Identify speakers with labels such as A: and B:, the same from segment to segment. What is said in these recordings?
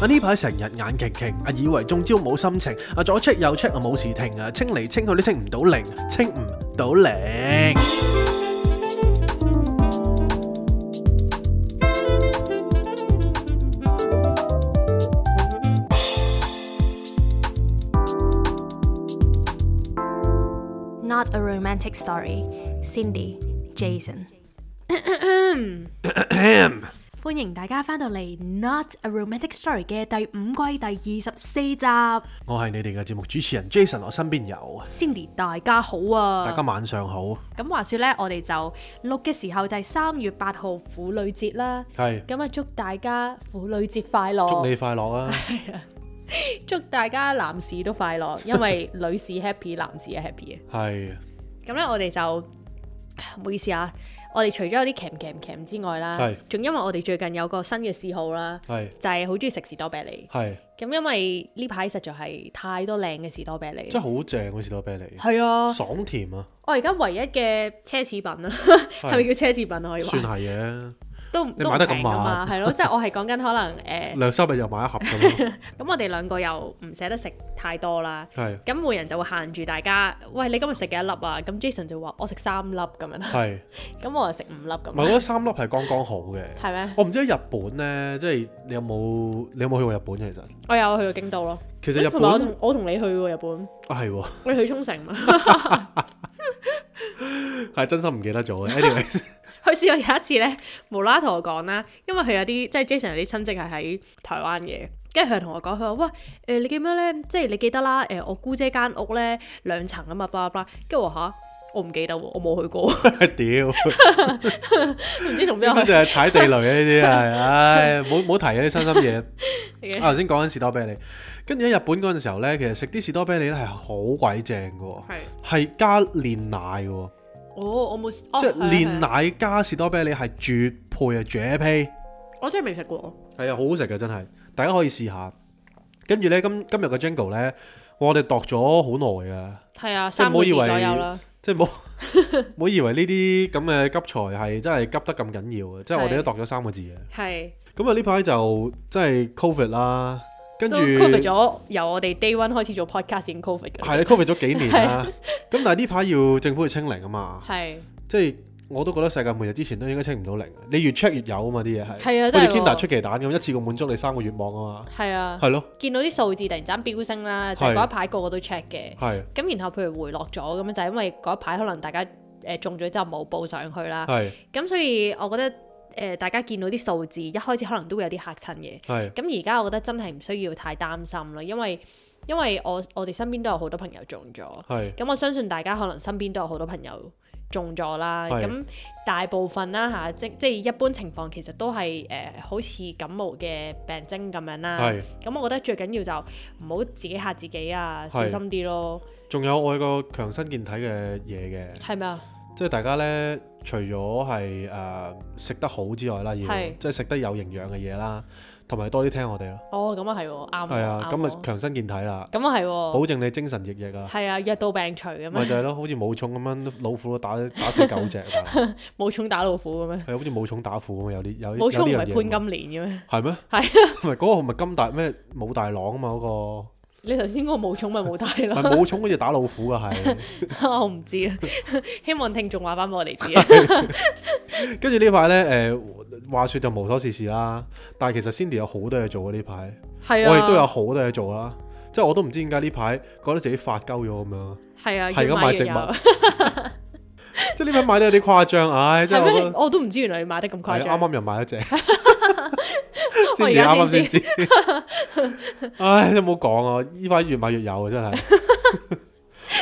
A: 啊呢排成日眼擎擎，啊以為中招冇心情，啊左 check 右 check 啊冇時停啊，清嚟清去都清唔到零，清唔到零。
B: Not a romantic story. Cindy, Jason，歡迎大家翻到嚟《Not a Romantic Story》嘅第五季第二十四集。
A: 我係你哋嘅節目主持人 Jason，我身邊有，
B: Cindy，大家好
A: 大家
B: 啊！
A: 晚上好，
B: 咁話說呢，我哋就錄嘅時候就係三月八號婦女節啦。
A: 係
B: 咁啊，祝大家婦女節快樂！
A: 祝你快樂啊！
B: 祝大家男士都快 樂，因為女士 happy，男士係 happy 嘅。
A: 係
B: 咁咧，我哋就唔好意思啊，我哋除咗有啲 cam cam cam 之外啦
A: 係，
B: 仲因為我哋最近有個新嘅嗜好啦，
A: 係
B: 就係好中意食士多啤梨。
A: 係，
B: 咁因為呢排實在係太多靚嘅士多啤梨，
A: 真係好正好士多啤梨，
B: 係啊！
A: 爽甜啊，
B: 我而家唯一嘅奢侈品啊， 係咪叫奢侈品啊？可以
A: 算
B: 話
A: 係 嘅。
B: 都唔
A: 你
B: 都唔
A: 買得咁嗯
B: 平㗎嘛，係咯，即係我係講緊 可能誒，咁、
A: 兩三日又買一盒 咁咯，
B: 我哋兩個又唔捨得食太多啦。
A: 係
B: 咁每人就會限住大家，喂，你今日食幾多粒啊？咁 Jason 就話我食三粒咁樣啦，
A: 係，
B: 咁我就食五粒咁
A: 唔係我
B: 樣，
A: 覺得三粒係剛剛好嘅。
B: 係咩？
A: 我唔知喺日本呢，即係你有冇你有冇去過日本其實？
B: 我有去過京都咯，
A: 其實日本
B: 同埋我同我同你去過日本，
A: 啊係喎，
B: 我哋去沖繩嘛，
A: 係真心唔記得咗嘅。anyway，
B: 佢試過有一次咧，無啦啦同我講啦，因為佢有啲即係 Jason 有啲親戚係喺台灣嘅。跟住佢就同我講，佢話：哇，誒、你記唔記得咧？即係你記得啦，誒、我姑姐間屋咧兩層啊嘛，巴拉巴拉。跟住我話吓，我唔記得喎，我冇去過，唔
A: 屌，
B: 知同邊
A: 呢啲
B: 個去
A: 就係踩地雷啊！呢啲係，唉，唔好唔好提啊啲傷心嘢。
B: 嘅。
A: 啊頭先講緊士多啤梨，跟住喺日本嗰陣時候呢，其實食啲士多啤梨呢係好鬼正嘅喎，
B: 係，
A: 係加煉奶嘅喎，
B: 哦，我冇，
A: 即係煉
B: 練啊，
A: 奶加士多啤梨係絕配啊，絕配。
B: 我真係未食過。
A: 係啊，好好食嘅真係，大家可以試下。跟住呢，今今日嘅 Jingle 呢，我哋度咗好耐啊，
B: 係啊，
A: 即係唔
B: 三
A: 好
B: 個字
A: 以為
B: 左右啦。
A: 即係 冇唔好以為呢啲咁嘅急才係真係急得咁緊要啊！即係我哋都度咗三個字嘅。
B: 係，
A: 咁啊呢排就即係 Covid 啦，跟
B: 都
A: 住
B: cover
A: 係
B: 咗由我哋 day one 開始做 podcast 已經 cover 嘅。
A: 啦 Covid 咗幾年啦。咁但係呢排要政府要清零啊嘛，
B: 係，
A: 即係我都覺得世界末日之前都應該清唔到零。你越 check 越有啊嘛啲嘢係，
B: 係啊，
A: 好
B: 真
A: 似
B: 係
A: Kinder
B: 喎。
A: 出奇蛋咁，一次過滿足你三個願望啊嘛。
B: 係啊。
A: 係咯，
B: 見到啲數字突然之間飆升啦，就
A: 係
B: 係嗰一排個個都 check 嘅。
A: 係
B: 咁然後譬如回落咗咁樣，就係因為嗰一排可能大家誒、呃中咗之後冇報上去啦。
A: 係
B: 咁所以我覺得誒、呃大家見到啲數字一開始可能都會有啲嚇親嘅。
A: 係
B: 咁而家我覺得真係唔需要太擔心啦，因為因為我我哋身邊都有好多朋友中咗，
A: 係
B: 咁我相信大家可能身邊都有好多朋友中咗啦。
A: 係
B: 咁大部分啦嚇，即即係一般情況其實都係誒、呃好似感冒嘅病徵咁樣啦。
A: 係。
B: 咁我覺得最緊要就唔好自己嚇自己啊，小
A: 係
B: 心啲咯，
A: 仲有我有個強身健體嘅嘢嘅，
B: 係咪啊？
A: 即係大家呢，除咗係誒食得好之外啦，要
B: 係
A: 即係食得有營養嘅嘢啦，同埋多啲聽我哋咯。
B: 哦，咁啊係喎，啱
A: 係啊，咁
B: 喎，啱
A: 啊
B: 喎
A: 強身健體啦，
B: 咁啊係
A: 保
B: 喎，
A: 證你精神奕奕啊！
B: 係啊，藥到病除咁
A: 咪
B: 樣，
A: 就係咯，好似武松咁樣，老虎都打打死九 隻啊！
B: 冇蟲打老虎咁樣，
A: 係好似武松打虎咁啊，有啲有
B: 冇
A: 有
B: 蟲唔
A: 呢樣
B: 係
A: 嘢
B: 潘
A: 喎。
B: 金啊蓮嘅咩？
A: 係咩？唔係嗰個咪金大咩武大郎啊嘛嗰
B: 你頭先嗰個冇蟲咪冇帶
A: 個，
B: 咯，
A: 係武松好似打老虎啊 係。
B: 我唔知啊， 希望聽眾話翻俾我 哋知啊。
A: 跟住呢排呢，誒話說就無所事事啦，但係其實 Cindy 有好多嘢做啊呢排。
B: 係啊，
A: 我亦都有好多嘢做啦，即係我都唔知點解呢排覺得自己發鳩咗咁樣，
B: 係啊，
A: 係
B: 越
A: 咁買
B: 買
A: 植
B: 越 有，
A: 物，即係呢排買得有啲誇張，唉，即係
B: 係
A: 我覺
B: 咩
A: 得？
B: 我都唔知原來你買得咁誇
A: 係啊
B: 張
A: 啱，啱又買一 隻，先至啱
B: 我而家
A: 啱先
B: 先
A: 知， 唉，有冇講啊？呢排越買越有啊，真 係。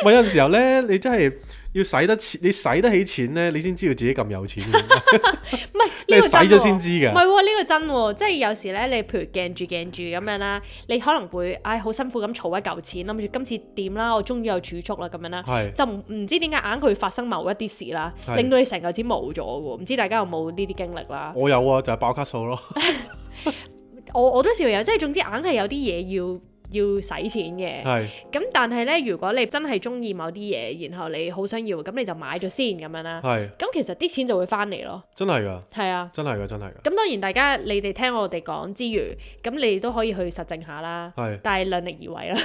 A: 喂，有陣時候咧，你真係要使得錢，你使得起錢咧，你先知道自己咁有錢嘅，
B: 唔係
A: 你
B: 呢個
A: 使咗
B: 真
A: 先
B: 喎
A: 知
B: 唔
A: 嘅。
B: 係喎，呢個真喎，即係有時咧，你譬如鏡住鏡住咁樣啦，你可能會唉好辛苦咁儲一嚿錢，諗住今次掂啦，我終於有儲蓄啦咁樣啦，
A: 係
B: 就唔唔知點解硬佢發生某一啲事啦，
A: 係
B: 令到你成嚿錢冇咗喎，唔知大家有冇呢啲經歷啦？
A: 我有啊，就係爆卡數咯，
B: 我我都試過有，即係總之硬係有啲嘢要要使錢嘅。
A: 係
B: 咁但係咧，如果你真係中意某啲嘢，然後你好想要，咁你就買咗先咁樣啦。
A: 係
B: 咁其實啲錢就會翻嚟咯。
A: 真係㗎，
B: 係啊。
A: 真係㗎，真係㗎，
B: 咁當然大家你哋聽我哋講之餘，咁你都可以去實證下啦。
A: 係
B: 但係量力而為啦，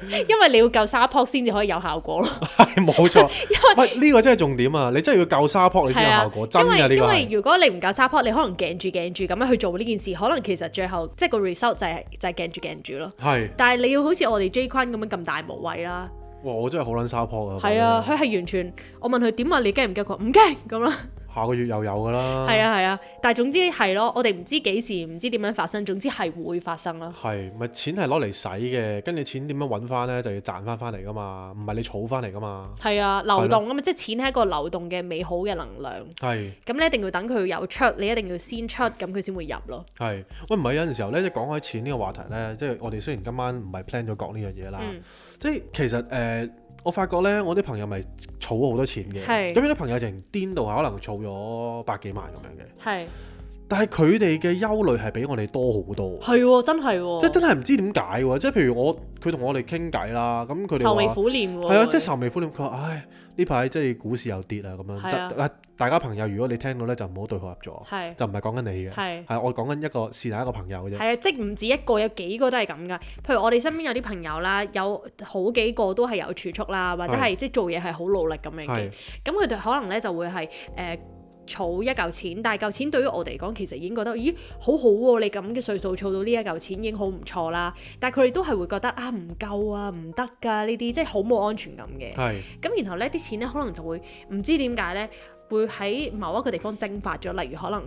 B: 因為你要夠沙坡先至可以有效果咯。
A: 係冇錯。喂，呢個真係重點啊！你真係要夠沙坡你先有
B: 係啊
A: 效果，真
B: 因為
A: 㗎呢
B: 因
A: 個
B: 為
A: 係
B: 如果你唔夠沙坡，你可能鏡住鏡住咁樣去做呢件事，可能其實最後即係個 result 就係、就係、鏡住鏡住咯。
A: 係。
B: 但係你要好似我哋 J 坤咁樣咁大無畏啦，
A: 哇！我真係好撚沙坡啊。
B: 係啊，佢係完全我問佢點啊，你驚唔驚？佢話唔驚咁啦，
A: 下個月又有㗎啦。
B: 係啊係啊，但係總之係咯，我哋唔知幾時，唔知點樣發生，總之係會發生啦。
A: 係，咪錢係攞嚟使嘅，跟住錢點樣揾翻呢？就要賺翻翻嚟噶嘛，唔係你儲翻嚟噶嘛。
B: 係啊，
A: 咯
B: 流動啊嘛，即係錢係一個流動嘅美好嘅能量。
A: 係
B: 咁你一定要等佢有出，你一定要先出，咁佢先會入咯。
A: 係，喂唔係有陣時候呢，即係講開錢呢個話題呢，即係我哋雖然今晚唔係 plan 咗講呢樣嘢啦，
B: 嗯
A: 即係其實誒、呃我發覺呢，我啲朋友咪儲好多錢嘅，
B: 係
A: 咁有啲朋友就癲到係可能儲咗百幾萬咁樣嘅，
B: 係
A: 但係佢哋嘅憂慮係比我哋多好多。
B: 係喎，真係喎，
A: 即係真係唔知點解喎！即係譬如我佢同我哋傾偈啦，咁佢哋
B: 愁眉
A: 話
B: 苦臉喎。
A: 係啊，即係愁眉苦臉。佢話：唉，呢排即係股市又跌啊，咁
B: 係啊
A: 樣。即啊大家朋友，如果你聽到咧，就唔好對號入座，
B: 係
A: 就唔係啊講緊你嘅，
B: 係
A: 係我講緊一個是但一個朋友嘅啫。
B: 係啊，即係唔止一個，有幾個都係咁噶。譬如我哋身邊有啲朋友啦，有好幾個都係有儲蓄啦，或者係即係做嘢係好努力咁樣嘅
A: 係。
B: 咁佢哋可能咧就會係誒。呃儲一嚿錢，但係嚿錢對於我哋嚟講，其實已經覺得，咦，好好喎、你咁嘅歲數儲到呢一嚿錢已經好唔錯啦。但係佢哋都係會覺得啊，唔夠啊，唔得㗎呢啲，即係好冇安全感嘅。
A: 係
B: 咁然後呢啲錢呢，可能就會唔知點解呢，會喺某一個地方蒸發咗，例如可能誒誒、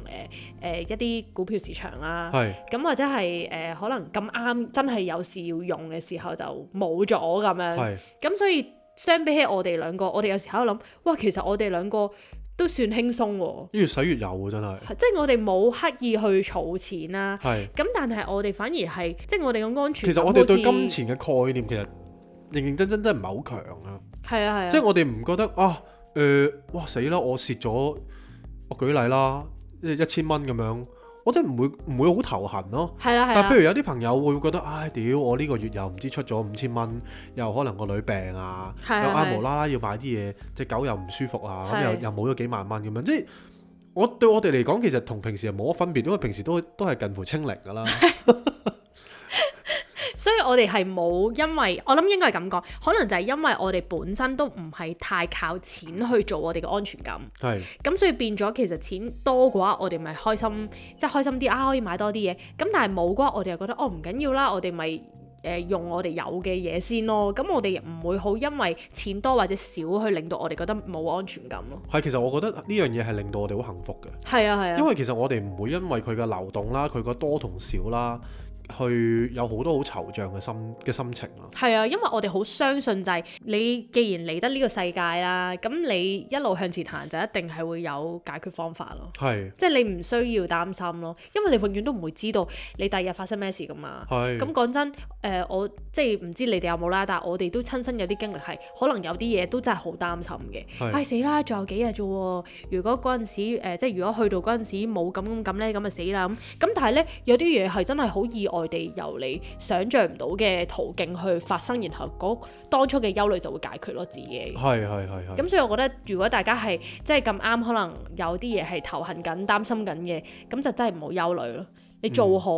B: 呃一啲股票市場啊啦，
A: 係
B: 咁或者係誒、呃可能咁啱真係有事要用嘅時候就冇咗咁樣，
A: 係
B: 咁所以相比起我哋兩個，我哋有時喺度諗，哇，其實我哋兩個都算輕鬆喎，
A: 越使越有喎，真係
B: 即係我哋冇刻意去儲錢啦。
A: 係。
B: 咁但係我哋反而係，即係我哋嘅安
A: 其
B: 全感
A: 實
B: 好
A: 我
B: 似。
A: 哋對金錢嘅概念其實認認真真真係唔係好強啊，
B: 係啊係啊，
A: 即係我哋唔覺得啊誒哇死啦！我蝕咗，我舉例啦，一千蚊咁樣，我真係唔會唔會好頭痕咯。
B: 係啊啦係
A: 但譬
B: 啦，
A: 如有啲朋友會覺得，唉，屌！我呢個月又唔知出咗五千蚊，又可能個女病啊，又
B: 係係
A: 啱
B: 係
A: 無啦啦要買啲嘢，只狗又唔舒服啊，咁
B: 係
A: 又又冇咗幾萬蚊咁樣，即係我對我哋嚟講，其實同平時係冇乜分別，因為平時都都係近乎清零 㗎啦，
B: 所以我哋係冇因為，我諗應該係咁講，可能就係因為我哋本身都唔係太靠錢去做我哋嘅安全感，
A: 係
B: 咁所以變咗其實錢多嘅話，我哋咪開心，即係開心啲啊，可以買多啲嘢。咁但係冇嘅話，我哋又覺得哦唔緊要啦，我哋咪誒用我哋有嘅嘢先咯。咁我哋唔會好因為錢多或者少去令到我哋覺得冇安全感咯。
A: 係其實我覺得呢樣嘢係令到我哋好幸福嘅。
B: 係啊係
A: 因
B: 啊，
A: 為其實我哋唔會因為佢嘅流動啦、佢個多同少啦，去有好多好惆悵嘅心嘅心情啦。
B: 係啊，因為我哋好相信就係你既然嚟得呢個世界啦，咁你一路向前行就一定係會有解決方法咯。
A: 係
B: 即係你唔需要擔心咯，因為你永遠都唔會知道你第二日發生咩事噶嘛。
A: 係
B: 咁講真，誒、呃我即係唔知你哋有冇啦，但係我哋都親身有啲經歷係，可能有啲嘢都真係好擔心嘅。
A: 係
B: 唉死啦，仲有幾日啫喎！如果嗰陣時誒、即係如果去到嗰陣時冇咁咁咁咧，咁咪死啦咁。咁但係咧，有啲嘢係真係好意外地由你想像唔到嘅途徑去發生，然後嗰當初嘅憂慮就會解決咯自己。
A: 係係係係。
B: 咁所以我覺得，如果大家係即係咁啱，可能有啲嘢係頭痕緊、擔心緊嘅，咁就真係唔好憂慮咯。你
A: 嗯
B: 做好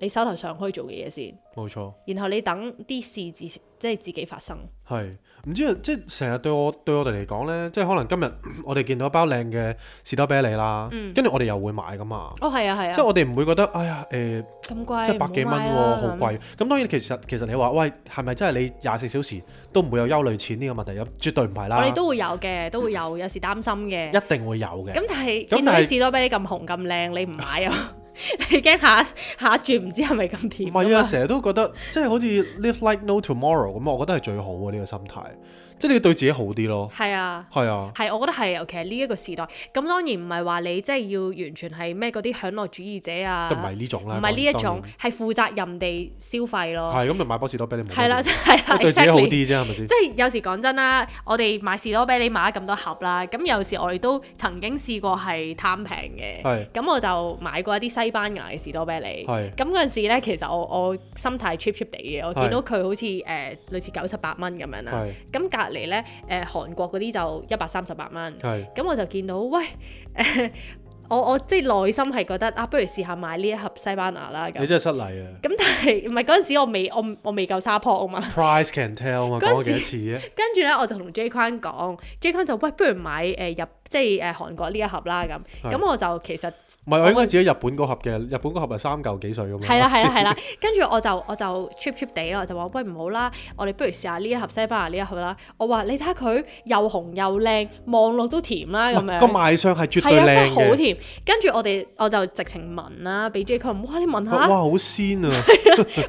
B: 你手頭上可以做嘅嘢先，
A: 冇錯。
B: 然後你等啲事自即係自己發生。
A: 係，唔知啊即係成日對我對我哋嚟講呢，即係可能今日 我哋見到一包靚嘅士多啤梨啦，跟住、我哋又會買噶嘛，
B: 哦，嗯係啊，係
A: 即係
B: 啊，
A: 我哋唔會覺得哎呀誒、呃
B: 咁貴，
A: 即係百幾蚊
B: 唔
A: 喎，
B: 好買啦啊
A: 好。貴。咁當然其實其實你話喂係咪真係你廿四小時都唔會有憂慮錢呢個問題？咁絕對唔係
B: 我哋
A: 啦，
B: 都會有嘅，都會有，有時擔心嘅。
A: 啊一定會有嘅。
B: 咁但係
A: 咁
B: 見
A: 但
B: 到啲
A: 係
B: 士多啤梨咁紅咁靚，你唔買啊？ 你驚下下一轉唔知係咪咁
A: 唔
B: 甜㗎
A: 係啊，
B: 嘛？
A: 成日都覺得即係好似 live like no tomorrow 啊咁，我覺得係最好嘅呢、個心態。即係你要對自己好啲咯。
B: 係啊。
A: 係啊，
B: 係，我覺得係，尤其係呢一個時代。咁當然唔係話你即係要完全係咩嗰啲享樂主義者啊，
A: 都唔係呢種啦，
B: 唔係呢一種
A: 當，
B: 係負責任地消費咯。
A: 然。係咁就買波士多啤梨冇乜
B: 係啦，
A: 用，
B: 係啦，
A: 都對自己好
B: exactly
A: 啲啊啫，係咪先？
B: 即係有時講真啦，我哋買士多啤梨買咗咁多盒啦，咁有時我哋都曾經試過係貪平嘅。
A: 係
B: 咁我就買過一啲西班牙嘅士多啤梨。
A: 係
B: 咁嗰陣時咧，其實我我心態 cheap cheap 地嘅，我
A: 係
B: 見到佢好似誒、呃、類似九十八蚊咁樣啦
A: 係。
B: 咁隔離咧誒韓國嗰啲就一百三十八蚊。
A: 係
B: 咁我就見到，喂誒、 我我即係內心係覺得啊，不如試下買呢一盒西班牙啦
A: 你
B: 咁。
A: 真係失禮啊
B: 咁但係唔係嗰陣時我未我我未夠沙坡啊嘛。
A: ！Price can tell 啊嘛，
B: 嗰
A: 講
B: 陣
A: 咗幾多
B: 時
A: 次 啊？
B: 跟住咧，我就同 J 坤講，J 坤就喂，不如買誒、呃日即係誒、呃、韓國呢一盒啦咁。
A: 係
B: 咁我就其實
A: 唔係，我應該自己日本嗰盒嘅，日本嗰盒係三嚿幾水咁樣。
B: 係啦係啦係啦，跟住我就我就 cheap cheap 地啦，我就話喂唔好啦，我哋不如試下呢一盒西班牙呢一盒啦。我話你睇下佢又紅又靚，望落都甜啦咁
A: 哇個
B: 樣。
A: 賣相係絕對
B: 係啊，真係
A: 靚
B: 好
A: 嘅，
B: 甜。跟住我哋我就直情聞啦，俾 J 坤，哇你聞
A: 哇
B: 下，
A: 哇好鮮啊，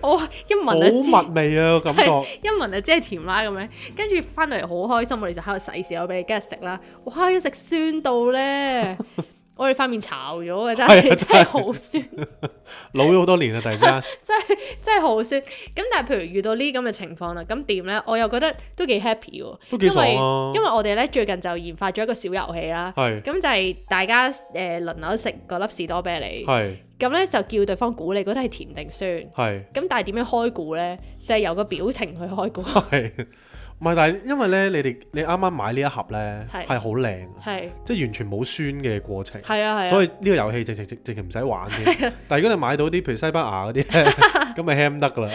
B: 我話一
A: 好
B: 聞就知。
A: 蜜味啊個感覺。
B: 一聞就即係甜啦咁樣，跟住翻嚟好開心，我哋就喺度洗士多啤梨，跟住食啦。哇！一食酸到 咧，我哋塊面炒咗嘅真係
A: 係啊真係
B: 真係好酸，
A: 老咗好多年啊！突然 間
B: 真係真係好酸。咁但係譬如遇到呢啲咁嘅情況啦，咁點咧？我又覺得都幾 happy 喎，
A: 都幾
B: 因
A: 爽
B: 為
A: 啊
B: 因為我哋咧最近就研發咗一個小遊戲啦。
A: 係
B: 咁就係大家誒、呃、輪流食嗰粒士多啤梨，
A: 係
B: 咁咧就叫對方估你覺得係甜定酸。
A: 係
B: 咁但係點樣開估咧？就係、由個表情去 開估，
A: 係，唔係但係因為咧，你哋你啱啱買呢一盒咧
B: 係
A: 係好靚，
B: 係
A: 即係完全冇酸嘅過程。
B: 係啊係啊。啊
A: 所以呢個遊戲直直直直情唔使玩嘅。但係如果你買到啲譬如西班牙嗰啲 咧，咁咪 ham 得㗎啦。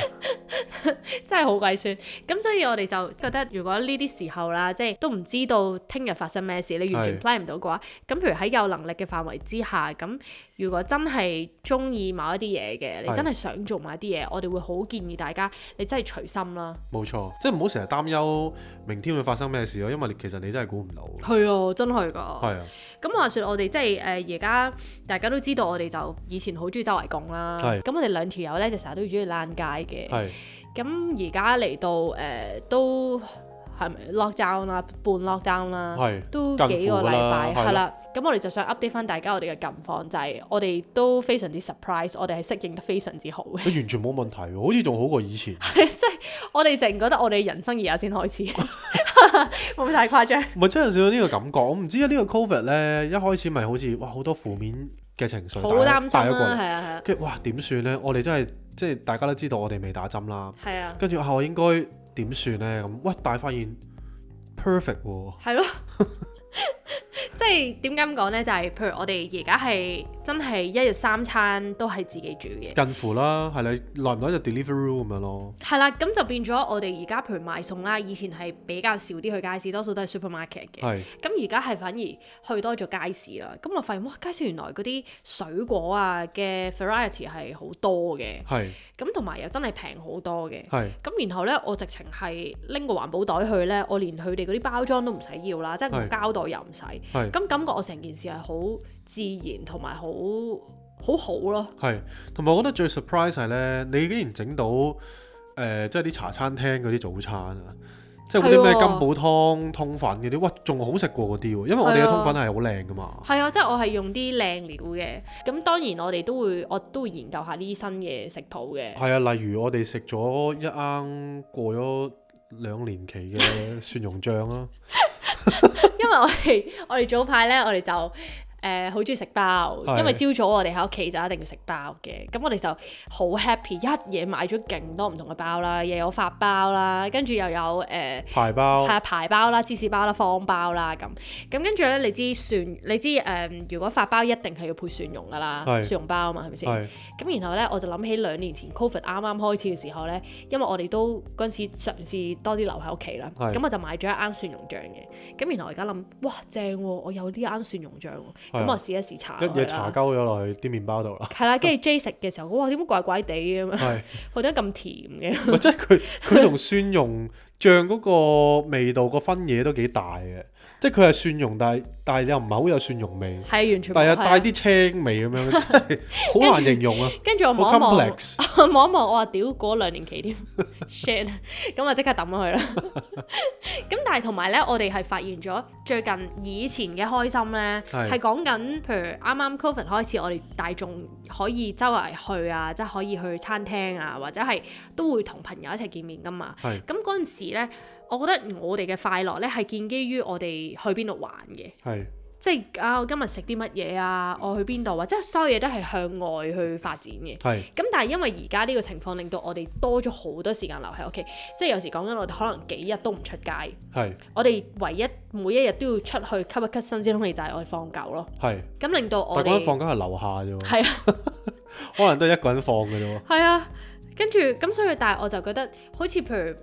B: 真係好鬼酸。咁所以我哋就覺得，如果呢啲時候啦，即係都唔知道聽日發生咩事，你完全
A: 係
B: plan 唔到嘅話，咁譬如喺有能力嘅範圍之下，咁如果真係中意某一啲嘢嘅，你
A: 係
B: 真係想做某一啲嘢，我哋會好建議大家，你真係隨心啦。
A: 冇錯，即係唔好成日擔憂明天會發生咩事啊咯，因為你其實你真係估唔到。
B: 係啊，真係㗎。
A: 係啊，
B: 咁話說我哋即係誒而家大家都知道，我哋就以前好中意周圍共啦。
A: 係
B: 咁我哋兩條友咧就成日都中意躝街嘅。
A: 係
B: 咁而家嚟到誒、呃都係咪 lockdown 啦，半 lockdown 啦。
A: 係
B: 都
A: 近
B: 幾
A: 乎
B: 個
A: 㗎
B: 禮
A: 啦
B: 拜
A: 係
B: 係啦，咁我哋就想 update 翻大家我哋嘅近況，就係我哋都非常之 surprise，我哋係適應得非常之好 嘅，
A: 佢完全冇問題喎，好似仲好過以前。
B: 即係我哋淨覺得我哋人生而家先開始， 會唔會太誇張？
A: 唔係真係有少少呢個感覺，我唔知啊呢個 Covid 咧一開始咪好似哇好多負面嘅情緒
B: 好
A: 帶
B: 擔
A: 咗帶咗
B: 心
A: 過
B: 啦，
A: 嚟，
B: 係啊
A: 跟住哇點算咧？我哋真係即係大家都知道我哋未打針啦，
B: 係啊，係啊，
A: 跟住啊我應該點算咧咁？喂，但係發現 perfect 喎，
B: 係咯。 即係點解咁講呢？就係、譬如我哋而家係真係一日三餐都係自己煮嘅，
A: 近乎啦，係你耐唔耐就 delivery 咁樣咯，
B: 係啦，咁就變咗我哋而家譬如買餸啦，以前係比較少啲去街市，多數都係 supermarket 嘅。
A: 係
B: 咁而家係反而去多咗街市啦，咁我發現哇，街市原來嗰啲水果啊嘅 variety 係好多嘅，
A: 係
B: 咁同埋又真係平好多嘅。
A: 係
B: 咁然後呢，我直情係拎個環保袋去呢，我連佢哋嗰啲包裝都唔使要啦，即
A: 係
B: 係個膠袋又唔使。
A: 係
B: 咁感覺我成件事係好自然同埋好好好咯。
A: 係，同埋我覺得最 surprise 係咧，你竟然整到誒、呃即係啲茶餐廳嗰啲早餐啊！即係嗰啲咩
B: 係喎
A: 金寶湯通粉嗰啲，哇，仲好食過嗰啲喎，因為我哋
B: 係
A: 嘅
B: 啊
A: 通粉係好靚噶嘛。
B: 係啊，即係我係用啲靚料嘅，咁當然我哋都會，我都會研究下呢啲新嘅食譜嘅。
A: 係啊，例如我哋食咗一啱過咗兩年期嘅蒜蓉醬啊 啦，
B: 因為我哋 我哋早排咧，我哋就誒好中意食包，
A: 係
B: 因為朝早我哋喺屋企就一定要食包嘅，咁我哋就好 happy，一嘢買咗勁多唔同嘅包啦，又有法包啦，跟住又有誒。呃
A: 排包
B: 係啊，排包啦、芝士包啦、方包啦咁，咁跟住咧，你知蒜，你知誒、呃如果法包一定係要配蒜蓉噶啦，
A: 係
B: 蒜蓉包啊嘛，係咪先？
A: 係
B: 咁然後咧，我就諗起兩年前 Covid 啱啱開始嘅時候咧，因為我哋都嗰陣時嘗試多啲留喺屋企啦，
A: 係
B: 咁我就買咗一罌蒜蓉醬嘅。咁然後我而家諗，哇正喎、我有呢一罌蒜蓉醬喎，
A: 係啊
B: 咁我試一試搽
A: 一
B: 落去
A: 嘢搽
B: 啦
A: 鳩。咗落去啲麵包度啦。
B: 係啦，跟住 J 食嘅時 候，哇點解怪怪地咁樣，
A: 係，
B: 佢點解咁甜嘅？
A: 咪即係佢佢同蒜蓉醬嗰個味道個分野都幾大嘅，即係佢係蒜蓉，但係但係又唔係好有蒜蓉味，
B: 係完全
A: 但係
B: 冇
A: 又
B: 係
A: 帶
B: 啊。
A: 啲青味咁 樣，真係好難形容啊！
B: 跟住我
A: 好
B: 望一望，
A: complex，
B: 我 望一望，我話屌過咗兩年期添，shit！咁啊我即刻抌咗佢啦。咁但係同埋咧，我哋係發現咗最近以前嘅開心咧，
A: 係
B: 係講緊譬如啱啱 Covid 開始，我哋大眾可以周圍去啊，即係可以去餐廳啊，或者係都會同朋友一齊見面噶嘛。
A: 係
B: 咁嗰陣時咧，我覺得我哋嘅快樂咧係建基於我哋去邊度玩嘅。
A: 係
B: 即係啊，我今日食啲乜嘢啊，我去邊度啊，即係所有嘢都係向外去發展嘅。
A: 係
B: 咁但係因為而家呢個情況令到我哋多咗好多時間留喺屋企，即係有時講緊我哋可能幾日都唔出街，
A: 係
B: 我哋唯一每一日都要出去吸一吸新鮮空氣就係我哋放狗咯。
A: 係，
B: 咁令到
A: 但係
B: 我
A: 嗰陣
B: 哋
A: 放緊係樓下啫 喎，
B: 係啊
A: 可能都係一個人放嘅啫喎，
B: 係啊，跟住咁所以但係我就覺得好似譬如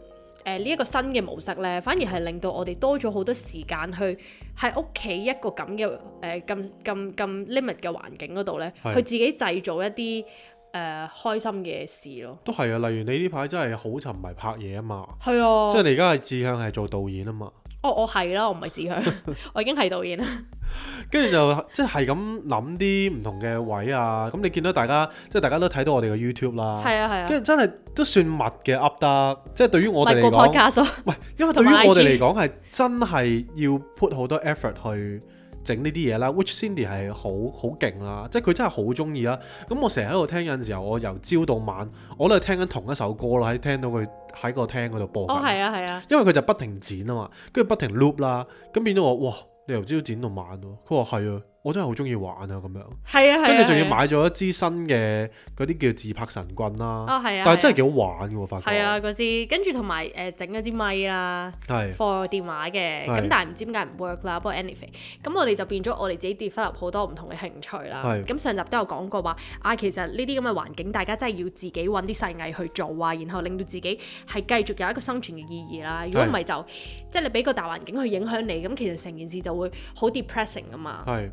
B: 呃誒呢一個新嘅模式咧，反而係令到我哋多咗好多時間去喺屋企一個咁嘅誒咁咁咁 limit 嘅環境嗰度咧，
A: 係
B: 去自己製造一啲誒、呃、開心嘅事咯。
A: 都係啊。例如你呢排真係好沉迷拍嘢啊嘛，
B: 係啊，
A: 即係你而家係志向係做導演啊嘛，
B: 哦，我係啦，我唔係指佢， 我已經係導演啦。
A: 跟住就即係咁諗啲唔同嘅位啊。咁你見到大家即係大家都睇到我哋嘅 YouTube 啦，
B: 係啊係啊，
A: 跟住真係都算密嘅 up 得，即係對於我哋
B: 咪
A: 嚟
B: 個
A: 講。
B: podcast 啊咯
A: 喂，因為對
B: 同
A: 於
B: 埋
A: 我哋
B: IG
A: 嚟講係真係要 put 好多 effort 去整呢啲嘢啦，which Cindy 係好好勁啦，即係佢真係好中意啦。啊咁我成日喺度聽有陣時候，我由朝到晚我都係聽緊同一首歌啦，喺聽到佢喺個廳嗰度播緊。
B: 哦係啊係啊，
A: 因為佢就不停剪啊嘛，跟住不停 loop 啦，咁變咗我哇，你由朝剪到晚喎。佢話係啊，我真係好中意玩啊咁樣。
B: 係啊係啊，
A: 跟住仲要
B: 係啊
A: 買咗一支新嘅嗰啲叫自拍神棍啦，
B: 哦係啊，
A: 但係真係
B: 係
A: 幾好玩嘅喎，發
B: 啊
A: 覺。
B: 係啊嗰支，跟住同埋誒整咗支咪啦
A: 係，
B: ，for 電話嘅，
A: 係
B: 咁但係唔知點解唔 work 啦。不過 anyway，咁我哋就變咗我哋自己 develop 好多唔同嘅興趣啦。
A: 係
B: 咁上集都有講過話啊，其實呢啲咁嘅環境，大家真係要自己揾啲細藝去做啊，然後令到自己係繼續有一個生存嘅意義啦。如果唔係就即係你俾個大環境去影響你，咁其實成件事就會好 depressing 噶嘛。
A: 係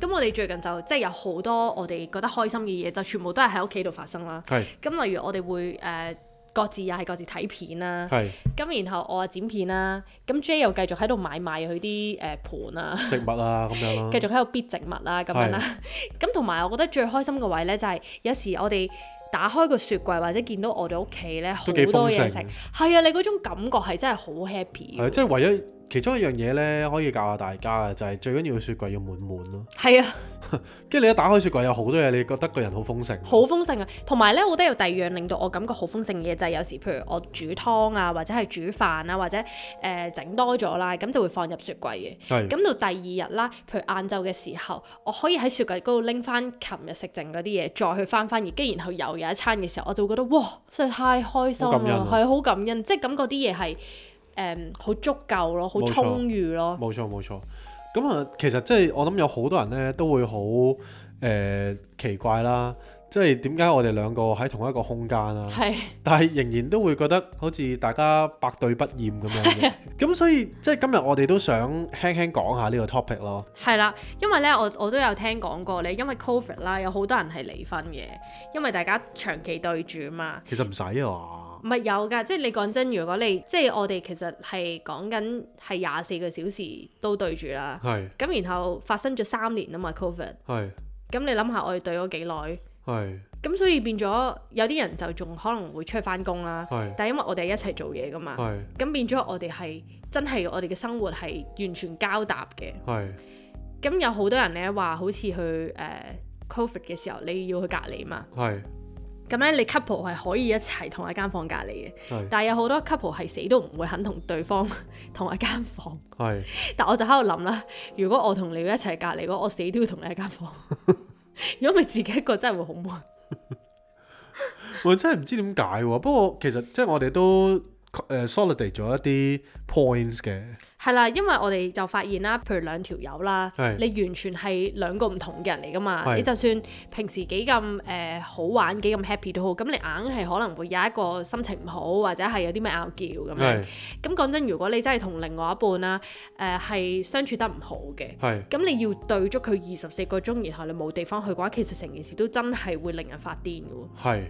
B: 咁我哋最近就即係有好多我哋覺得開心嘅嘢，就全部都係喺屋企度發生啦。
A: 係
B: 咁例如我哋會誒、呃各自又係各自睇片啦，
A: 係
B: 咁然後我啊剪片啦，咁 J 又繼續喺度買賣佢啲誒盤啊，
A: 植物啊咁樣 啦。
B: 繼續喺度逼植物啦咁樣啦。咁同埋我覺得最開心嘅位呢，就係、有時我哋打開個雪櫃或者見到我哋屋企呢好
A: 都幾
B: 多
A: 豐
B: 嘢
A: 盛
B: 食，係啊，你嗰種感覺係真係好 happy
A: 係
B: 嘅。
A: 即係唯一其中一樣嘢咧，可以教下大家嘅就係、最緊要雪櫃要滿滿咯。
B: 係啊，
A: 跟住你一打開雪櫃有好多嘢，你覺得個人好豐盛。
B: 好豐盛啊！同埋呢，我覺得有第二樣令到我感覺好豐盛嘅嘢，就係、有時譬如我煮湯啊，或者係煮飯啊，或者誒整、多咗啦，咁就會放入雪櫃嘅。
A: 係
B: 咁到第二日啦，譬如晏晝嘅時候，我可以喺雪櫃嗰度拎翻琴日食剩嗰啲嘢，再去翻翻熱，跟住然後又有一餐嘅時候，我就會覺得哇，實在太開心
A: 好感恩
B: 啦
A: 啊，
B: 係好感恩，即係感覺啲嘢係誒好足夠咯，好
A: 冇錯
B: 充裕咯，
A: 冇錯冇錯。咁啊，其實即係我諗有好多人咧都會好誒、呃奇怪啦，即係點解我哋兩個喺同一個空間啦，
B: 係
A: 但係仍然都會覺得好似大家百對不厭咁樣嘅。咁所以即係今日我哋都想輕輕講下呢個 topic 咯。
B: 係啦，因為咧我我都有聽講過咧，因為 Covid 啦，有好多人係離婚嘅，因為大家長期對住嘛。
A: 其實唔使啊嘛，
B: 唔係有㗎，即係你講真，如果你即係我哋其實係講緊係廿四個小時都對住啦，
A: 係
B: 咁然後發生咗三年啊嘛，Covid。
A: 係
B: 咁你諗下，我哋對咗幾耐？
A: 係
B: 咁所以變咗有啲人就仲可能會出去翻工啦。
A: 係
B: 但係因為我哋一齊做嘢噶嘛，
A: 係
B: 咁變咗我哋係真係我哋嘅生活係完全交搭嘅。
A: 係。
B: 咁有好多人咧話，好似去誒、呃 Covid 嘅時候，你要去隔離嘛。
A: 係
B: 咁咧，你 couple 係可以一齊同一間房隔離嘅，
A: 係
B: 但係有好多 couple 係死都唔會肯同對方 同一間房。
A: 係
B: 但我就喺度諗啦，如果我同你要一齊隔離嘅話，我死都要同你一間房。 如果咪自己一個真係會好悶。
A: 我真係唔知點解喎。不過其實即係我哋都誒呃 solidate 咗一啲 points 嘅，
B: 係啦，因為我哋就發現啦，譬如兩條友啦，
A: 係
B: 你完全係兩個唔同嘅人嚟噶嘛。
A: 係
B: 你就算平時幾咁誒好玩、幾咁 happy 都好，咁你硬係可能會有一個心情唔好，或者係有啲咩拗撬咁樣。
A: 係
B: 咁講真，如果你真係同另外一半啦，誒、呃係相處得唔好嘅。
A: 係
B: 咁你要對足佢二十四個鐘，然後你冇地方去嘅話，其實成件事都真係會令人發癲嘅喎。
A: 係
B: 咁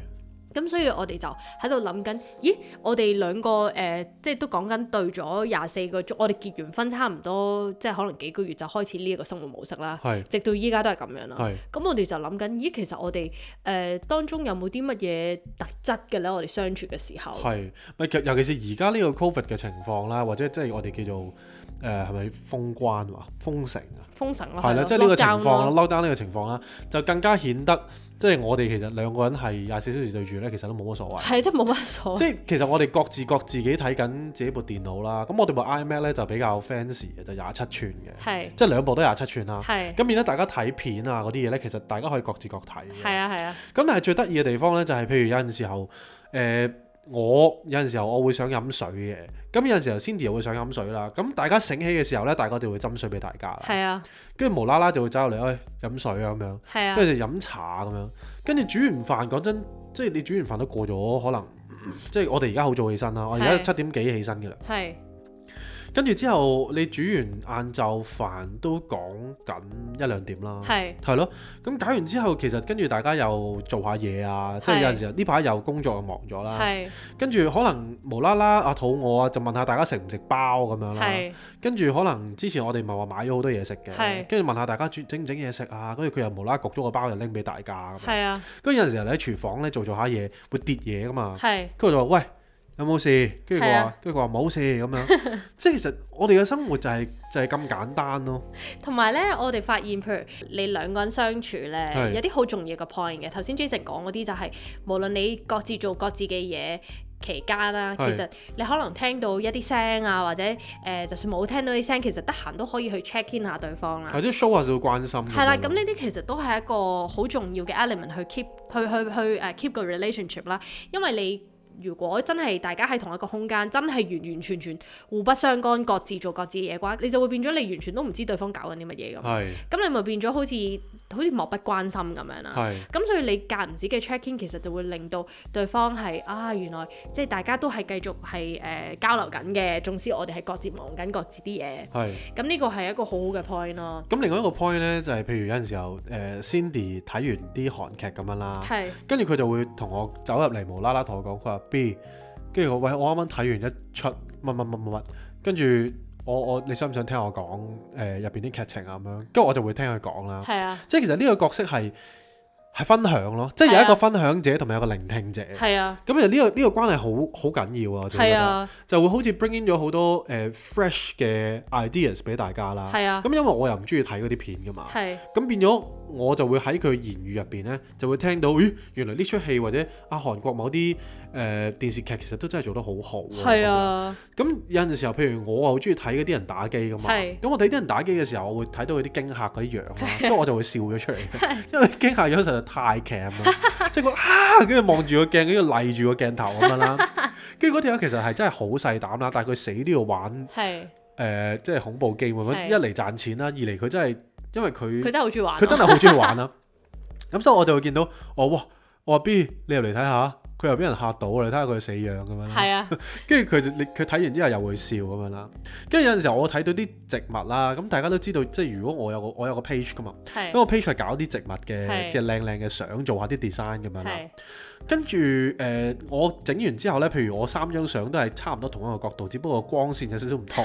B: 咁所以我哋就喺度諗緊，咦？我哋兩個誒、呃即係都講緊對咗廿四個鐘，我哋結完婚差唔多，即係可能幾個月就開始呢一個生活模式啦，
A: 係
B: 直到依家都係咁樣啦。
A: 係
B: 咁我哋就諗緊，咦？其實我哋誒、呃、當中有冇啲乜嘢特質嘅咧？我哋相處嘅時候，
A: 係，咪尤尤其是而家呢個 Covid 嘅情況啦，或者即係我哋叫做誒係咪封關啊、封城啊？
B: 封神咯，
A: 係啦，
B: 哦咯
A: 即係呢個情
B: lockdown
A: 況
B: 咯
A: 啦，lockdown 呢個情況啦，就更加顯得即係我哋其實兩個人係廿四小時對住咧，其實都冇乜所謂。
B: 係即係冇乜所謂
A: 即係其實我哋各自各自己睇緊自己部電腦啦，咁我哋部 iMac 咧就比較 fancy 嘅，就廿七寸嘅，
B: 係
A: 即係兩部都廿七寸啦。
B: 係
A: 咁變咗大家睇片啊嗰啲嘢咧，其實大家可以各自各睇嘅。
B: 係啊係啊，
A: 咁但係最得意嘅地方咧，就係、譬如有陣時候，誒、我有陣時候我會想飲水嘅，咁有陣時候 Cindy 又會想飲水啦。咁大家醒起嘅時候咧，大家就會斟水俾大家啦。
B: 係啊
A: 跟住無啦啦就會走入嚟，喂、飲水啊咁樣，
B: 係啊
A: 跟住就飲茶咁樣。跟住煮完飯，講真，即係你煮完飯都過咗，可能 即係我哋而家好早起身啦，我而家
B: 係
A: 七點幾起身嘅啦。
B: 係
A: 跟住之後你煮完晏晝飯都講緊一兩點啦。
B: 係
A: 係咯，咁搞完之後，其實跟住大家又做下嘢啊，即係有陣時候呢排又工作又忙咗啦，
B: 係
A: 跟住可能無啦啦啊肚餓啊，就問下大家食唔食包咁樣啦，
B: 係
A: 跟住可能之前我哋咪話買咗好多嘢食嘅
B: 係，
A: 跟住問下大家煮整唔整嘢食啊，跟住佢又無啦啦焗咗個包又拎俾大家咁樣，
B: 係啊
A: 跟住有陣時候你喺廚房咧做做下嘢會跌嘢噶嘛，
B: 係
A: 跟住就話喂有冇事，跟住佢
B: 係
A: 話
B: 啊
A: 跟住佢話冇事咁 樣，即係其實我哋嘅生活就係就係咁簡單咯，
B: 同埋咧，我哋發現，譬如你兩個人相處咧
A: 係，
B: 有啲好重要嘅 point 嘅。頭先 Jason 講嗰啲就係、無論你各自做各自嘅嘢期間啦，其
A: 係
B: 實你可能聽到一啲聲啊，或者誒、呃就算冇聽到啲聲，其實得閒都可以去 check in 下對方啦
A: 或。者 show 下少少關心樣咯。
B: 啊係啦，咁呢啲其實都係一個好重要嘅 element 去 keep 去去去誒、呃 keep 個 relationship 啦，因為你如果真係大家喺同一個空間，真係完完全全互不相干，各自做各自嘅嘢嘅話，你就會變咗你完全都唔知對方搞緊啲乜嘢咁。
A: 係
B: 咁你咪變咗好似好似漠不關心咁樣啦。
A: 係。
B: 咁所以你間唔止嘅 check in 其實就會令到對方係啊，原來即係大家都係繼續係誒、呃交流緊嘅，縱使我哋係各自忙緊各自啲嘢。
A: 係，
B: 咁呢個係一個好好嘅 point 咯。
A: 咁另外一個 point 咧，就係、譬如有陣時候，誒、Cindy 睇完啲韓劇咁樣啦，
B: 係
A: 跟住佢就會同我走入嚟無啦啦同我講，佢話 B，跟住我喂我啱啱睇完一出乜乜乜乜乜，跟住我我你想唔想聽我講誒入邊啲劇情啊咁樣，跟住我就會聽佢講啦。
B: 係啊，
A: 即係其實呢個角色係係分享咯，即係有一
B: 係啊
A: 個分享者同埋有一個聆聽者。
B: 係啊，
A: 咁其實呢個呢、個關係好好緊要啊，我就覺
B: 係
A: 得
B: 啊，
A: 就會好似 bring in 咗好多誒、fresh 嘅 ideas 俾大家啦。
B: 係啊
A: 咁，因為我又唔中意睇嗰啲片噶嘛，
B: 係
A: 咁變咗我就會喺佢言語入邊呢，就會聽到，咦，原來呢出戲或者啊韓國某啲誒、呃、電視劇其實都真係做得好好喎。
B: 係啊，
A: 咁樣。咁有陣時候，譬如我好中意睇嗰啲人打機噶嘛，
B: 係
A: 咁我睇啲人打機嘅時候，我會睇到佢啲驚嚇嗰啲樣啦，跟住我就會笑咗出嚟，因為驚嚇樣實在太 cam 啦，即係佢啊，跟住望住個鏡，跟住賴住個鏡頭咁樣啦，跟住嗰條友其實係真係好細膽啦，但係佢死都要玩。
B: 係
A: 誒、即係恐怖 game 咁樣，
B: 係
A: 一嚟賺錢啦，二嚟佢真係因為佢
B: 佢真係好中意玩啊。
A: 佢真係好中意玩啦。咁所以我就會見到，我哇，我話 B，你入嚟睇下，佢又俾人嚇到啦，你睇下佢死樣咁樣啦。
B: 係啊，
A: 跟住佢就你佢睇完之後又會笑咁樣啦。跟住有陣時候我睇到啲植物啦，咁大家都知道，即係如果我有個我有個 page 噶嘛，咁
B: 係
A: 個 page 係搞啲植物嘅，
B: 係
A: 即係靚靚嘅相，做下啲 design 咁樣啦。
B: 係
A: 跟住誒、呃我整完之後咧，譬如我三張相都係差唔多同一個角度，只不過光線有少少唔同。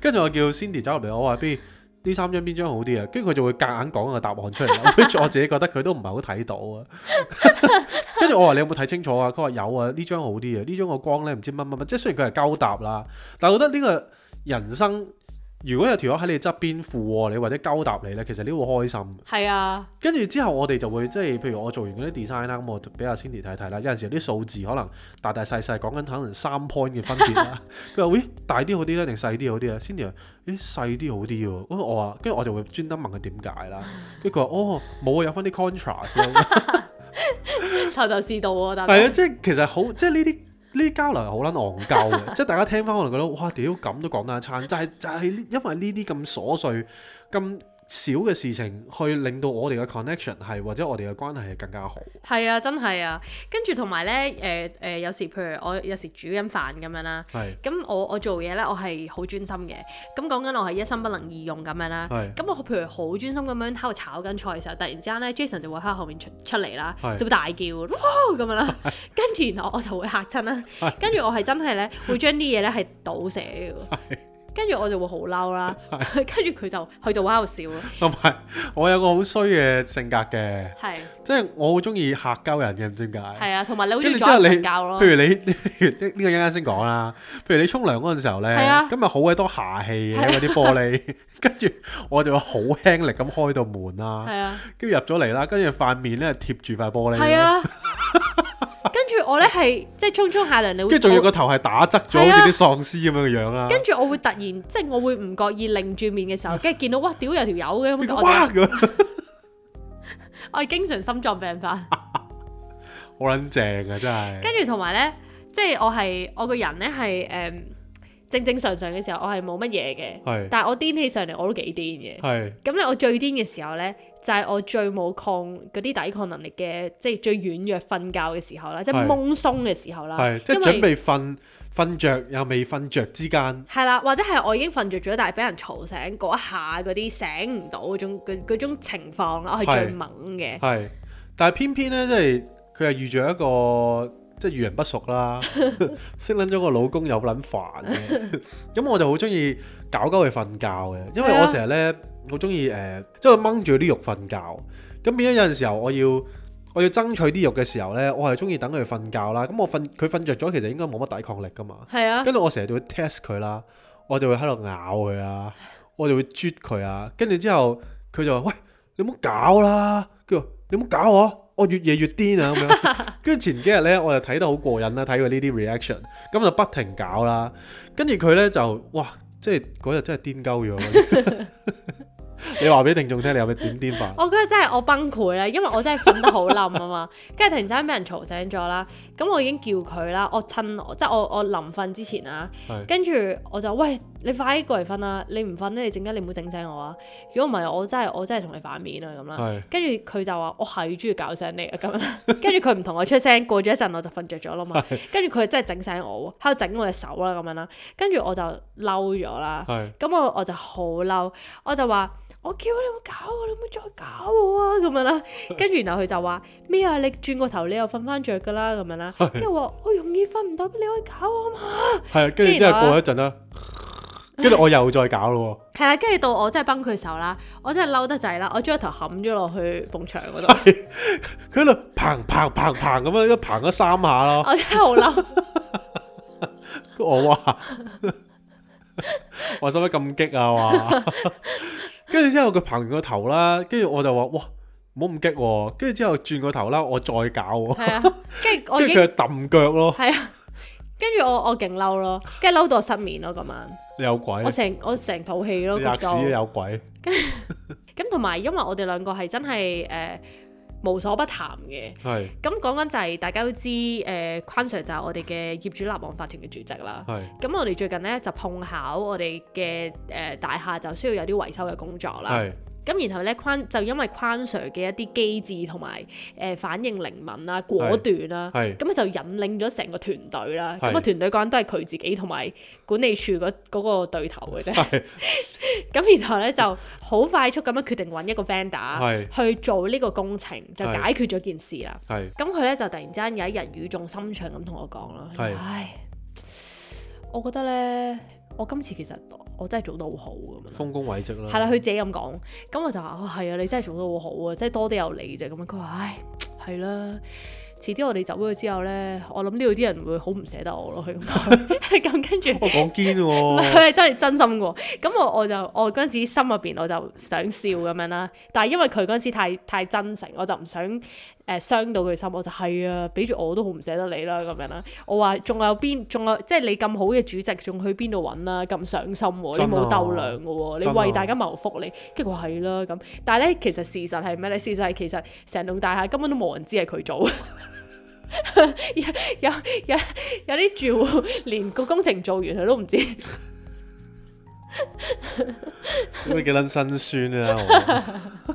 A: 跟住我叫 Cindy 走入嚟，我話邊呢三張邊張好啲啊？跟住佢就會夾硬講個答案出嚟 which 我自己覺得佢都唔係好睇到啊。跟住我話你有冇睇清楚啊？佢話有啊，呢張好啲啊，呢張個光咧唔知乜乜乜，即係雖然佢係鳩答啦，但係我覺得呢個人生如果有條友喺你側邊附和你或者鳩答你咧，其實你會開心。
B: 係啊，
A: 跟住之後，我哋就會即係譬如我做完嗰啲 design 啦，咁我就俾阿 Cindy 睇睇啦。有陣時啲數字可能大大細細講緊可能三 point 嘅分別啦。佢話：咦，大啲好啲咧，定細啲好啲啊？Cindy 話：咦，細啲好啲喎。咁我話，跟住我就會專登問佢點解啦。跟住佢話：哦，冇啊，有翻啲 contrast 咯。
B: 頭頭是道喎，但
A: 係啊，即係其實好，即係呢啲呢啲交流係好撚戇鳩嘅。 即係大家聽翻可能覺得哇，屌咁都講得一餐，就係、就係、因為呢啲咁瑣碎、咁小嘅事情去令到我哋嘅 connection 係或者我哋嘅關係係更加好。
B: 係啊，真係啊。跟住同埋咧，誒、誒，有時譬如我有時煮緊飯咁樣啦，
A: 係
B: 咁我我做嘢咧，我係好專心嘅。咁講緊我係一心不能二用咁樣啦。
A: 係
B: 咁我譬如好專心咁樣喺度炒緊菜嘅時候，突然之間咧，Jason 就會喺後面出出嚟啦
A: 係，
B: 就會大叫 哇咁樣啦。跟住然後我就會嚇親啦。跟住我係真係咧會將啲嘢咧係倒瀉嘅喎。跟住我就會好嬲啦， 跟住佢就佢就會喺度笑咯，
A: 同埋我有個好衰嘅性格嘅，
B: 係
A: 即係我好中意嚇鳩人嘅，唔知點解。
B: 係啊，同埋你好
A: 跟
B: 中意
A: 住
B: 阻
A: 之後你，
B: 人瞓覺咯
A: 譬，如你， 譬如呢呢個一陣間先講啦。譬如你沖涼嗰陣時候咧
B: 係啊，
A: 咁咪好鬼多霞氣嘅嗰啲玻璃， 跟住我就會好輕力咁開到門啦，
B: 係啊。
A: 跟住入咗嚟啦，跟住塊面咧貼住塊玻璃
B: 係
A: 咯，
B: 啊，跟住我咧係即係沖沖下涼，你會
A: 跟住仲要個頭係打側咗，
B: 係啊
A: 好似啲喪屍咁樣嘅樣啦。
B: 跟住我會突然即係我會唔覺意擰住面嘅時候，跟住見到哇屌有條友 嘅咁，我就
A: 哇咁，
B: 我係經常心臟病發，
A: 好撚正啊！真係
B: 跟住同埋咧即係我係我個人咧係誒正正常常嘅時候，我係冇乜嘢嘅，
A: 係
B: 但係我癲起上嚟我都幾癲嘅。
A: 係
B: 咁咧我最癲嘅時候咧，就係、我最冇抗嗰啲抵抗能力嘅，即係最軟弱瞓覺嘅時候啦，即係
A: 係
B: 懵鬆嘅時候啦，
A: 係，即係
B: 因為
A: 準備瞓瞓着又未瞓着之間，
B: 係啦，或者係我已經瞓着咗，但係俾人嘈醒嗰一下嗰啲醒唔到嗰種嗰嗰種情況啦，我係
A: 係
B: 最猛嘅。
A: 係，但係偏偏咧，即係佢係遇著一個即係遇人不淑 啦，識撚咗個老公有撚煩嘅，咁我就好中意搞鳩佢瞓覺嘅，因為
B: 係啊
A: 我成日咧好中意誒，即係掹住啲肉瞓覺，咁變咗有陣時候我要。我要爭取啲肉嘅時候呢，我係中意等佢瞓覺啦。咁我瞓佢瞓着咗，其實應該冇乜抵抗力噶嘛。
B: 係啊，
A: 跟住我成日就會 test 佢啦，我就會喺度咬佢啊，我就會啜佢啊，跟住之後佢就話：喂，你唔好搞啦！佢話：你唔好搞我，我越夜越癲啊咁樣。跟住前幾日呢，我就睇得好過癮啦，睇佢呢啲 reaction，咁就不停搞啦。跟住佢呢，就哇，即係嗰日真係癲鳩咗。你話俾聽眾聽，你有冇點癲 法？
B: 我嗰日真係我崩潰啦，因為我真係瞓得好冧啊嘛， 跟住突然之間俾人嘈醒咗啦，咁我已經叫佢啦，我趁我即係我我臨瞓之前啊
A: 係，
B: 跟住我就喂你快啲過嚟瞓啦，你唔瞓咧，你陣間你唔好整醒我啊，如果唔係我真係我真係同你反面啊咁啦。
A: 係
B: 跟住佢就話：我係中意搞醒你啊咁樣。 跟住佢唔同我出聲，過咗一陣我就瞓着咗 啦嘛。跟住佢真係整醒我喎，喺度整我隻手啦咁樣啦。跟住我就嬲咗啦。
A: 係
B: 咁我我就好嬲，我就話：我叫你唔好搞我，你唔好再搞我啊咁樣啦。跟住然後佢就話：咩啊？你轉個頭你又瞓翻着㗎啦咁樣啦。跟住我話：我容易瞓唔到，你可以搞我嘛？
A: 係，跟住之後過一陣啦，跟住我又再搞咯
B: 係啦，跟住到我真係崩潰嘅時候啦，我真係嬲得滯啦，我將個頭冚咗落去埲牆 嗰度。
A: 喎，佢喺度砰砰砰砰咁樣，一砰咗三下咯。
B: 我真係好嬲。
A: 我話：我使乜咁激啊？話，跟住之後佢刨完個頭啦，跟住我就話：哇，唔好咁激喎、跟住之後轉個頭啦，我再搞喎、
B: 係啊，跟住我
A: 跟住
B: 已經
A: 佢就揼腳咯，
B: 係啊，跟住我我勁嬲咯，跟住嬲到我失眠咯嗰晚，
A: 你有鬼
B: 我，成我成肚氣咯
A: 你啊吔
B: 嗰
A: 屎你
B: 度，
A: 有鬼，
B: 咁同埋因為我哋兩個係真係誒、呃、無所不談嘅，
A: 係
B: 咁講緊就係、大家都知誒、呃、關 Sir 就係我哋嘅業主立案法團嘅主席啦。
A: 係
B: 咁我哋最近咧就碰巧我哋嘅誒大廈就需要有啲維修嘅工作啦。
A: 係
B: 咁然後咧關就因為關 Sir 嘅一啲機智同埋誒反應靈敏啦、果斷啦。
A: 係
B: 咁佢啊就引領咗成個團隊啦。
A: 係
B: 咁啊個團隊講都係佢自己同埋管理處嗰嗰個對頭嘅啫。
A: 係
B: 咁然後咧就好快速咁樣決定揾一個 vendor
A: 係
B: 去做呢個工程，就
A: 係
B: 解決咗件事啦。
A: 係
B: 咁佢咧就突然之間有一日語重心長咁同我講啦，
A: 係
B: 唉，我覺得咧，我今次其實我真係做得好好咁樣啦。
A: 豐功偉績啦，
B: 係啦，佢自己咁講，咁我就話：哦，係啊，你真係做得好好啊，即係多啲有你啫。咁樣佢話：唉，係啦，遲啲我哋走咗之後咧，我諗呢度啲人會好唔捨得我咯。佢咁講，咁跟住。
A: 我講堅
B: 唔係
A: 喎，
B: 佢係真係真心嘅喎，咁我我就我嗰陣時心入邊我就想笑咁樣啦，但係因為佢嗰陣時太太真誠，我就唔想誒、呃、傷到佢心，我就係啊，俾住我都好唔捨得你啦咁樣啦。我話仲有邊仲有即係你咁好嘅主席，仲去邊度揾啦？咁上心喎，你
A: 真啊
B: 冇鬥量嘅喎，你
A: 真啊
B: 為大家謀福利，跟住佢話係啦咁。但係咧，其實事實係咩咧？事實係其實成棟大廈根本都冇人知係佢做。 有有有有啲住戶連個工程做完佢都唔知。
A: 咁你幾撚辛酸 啊！我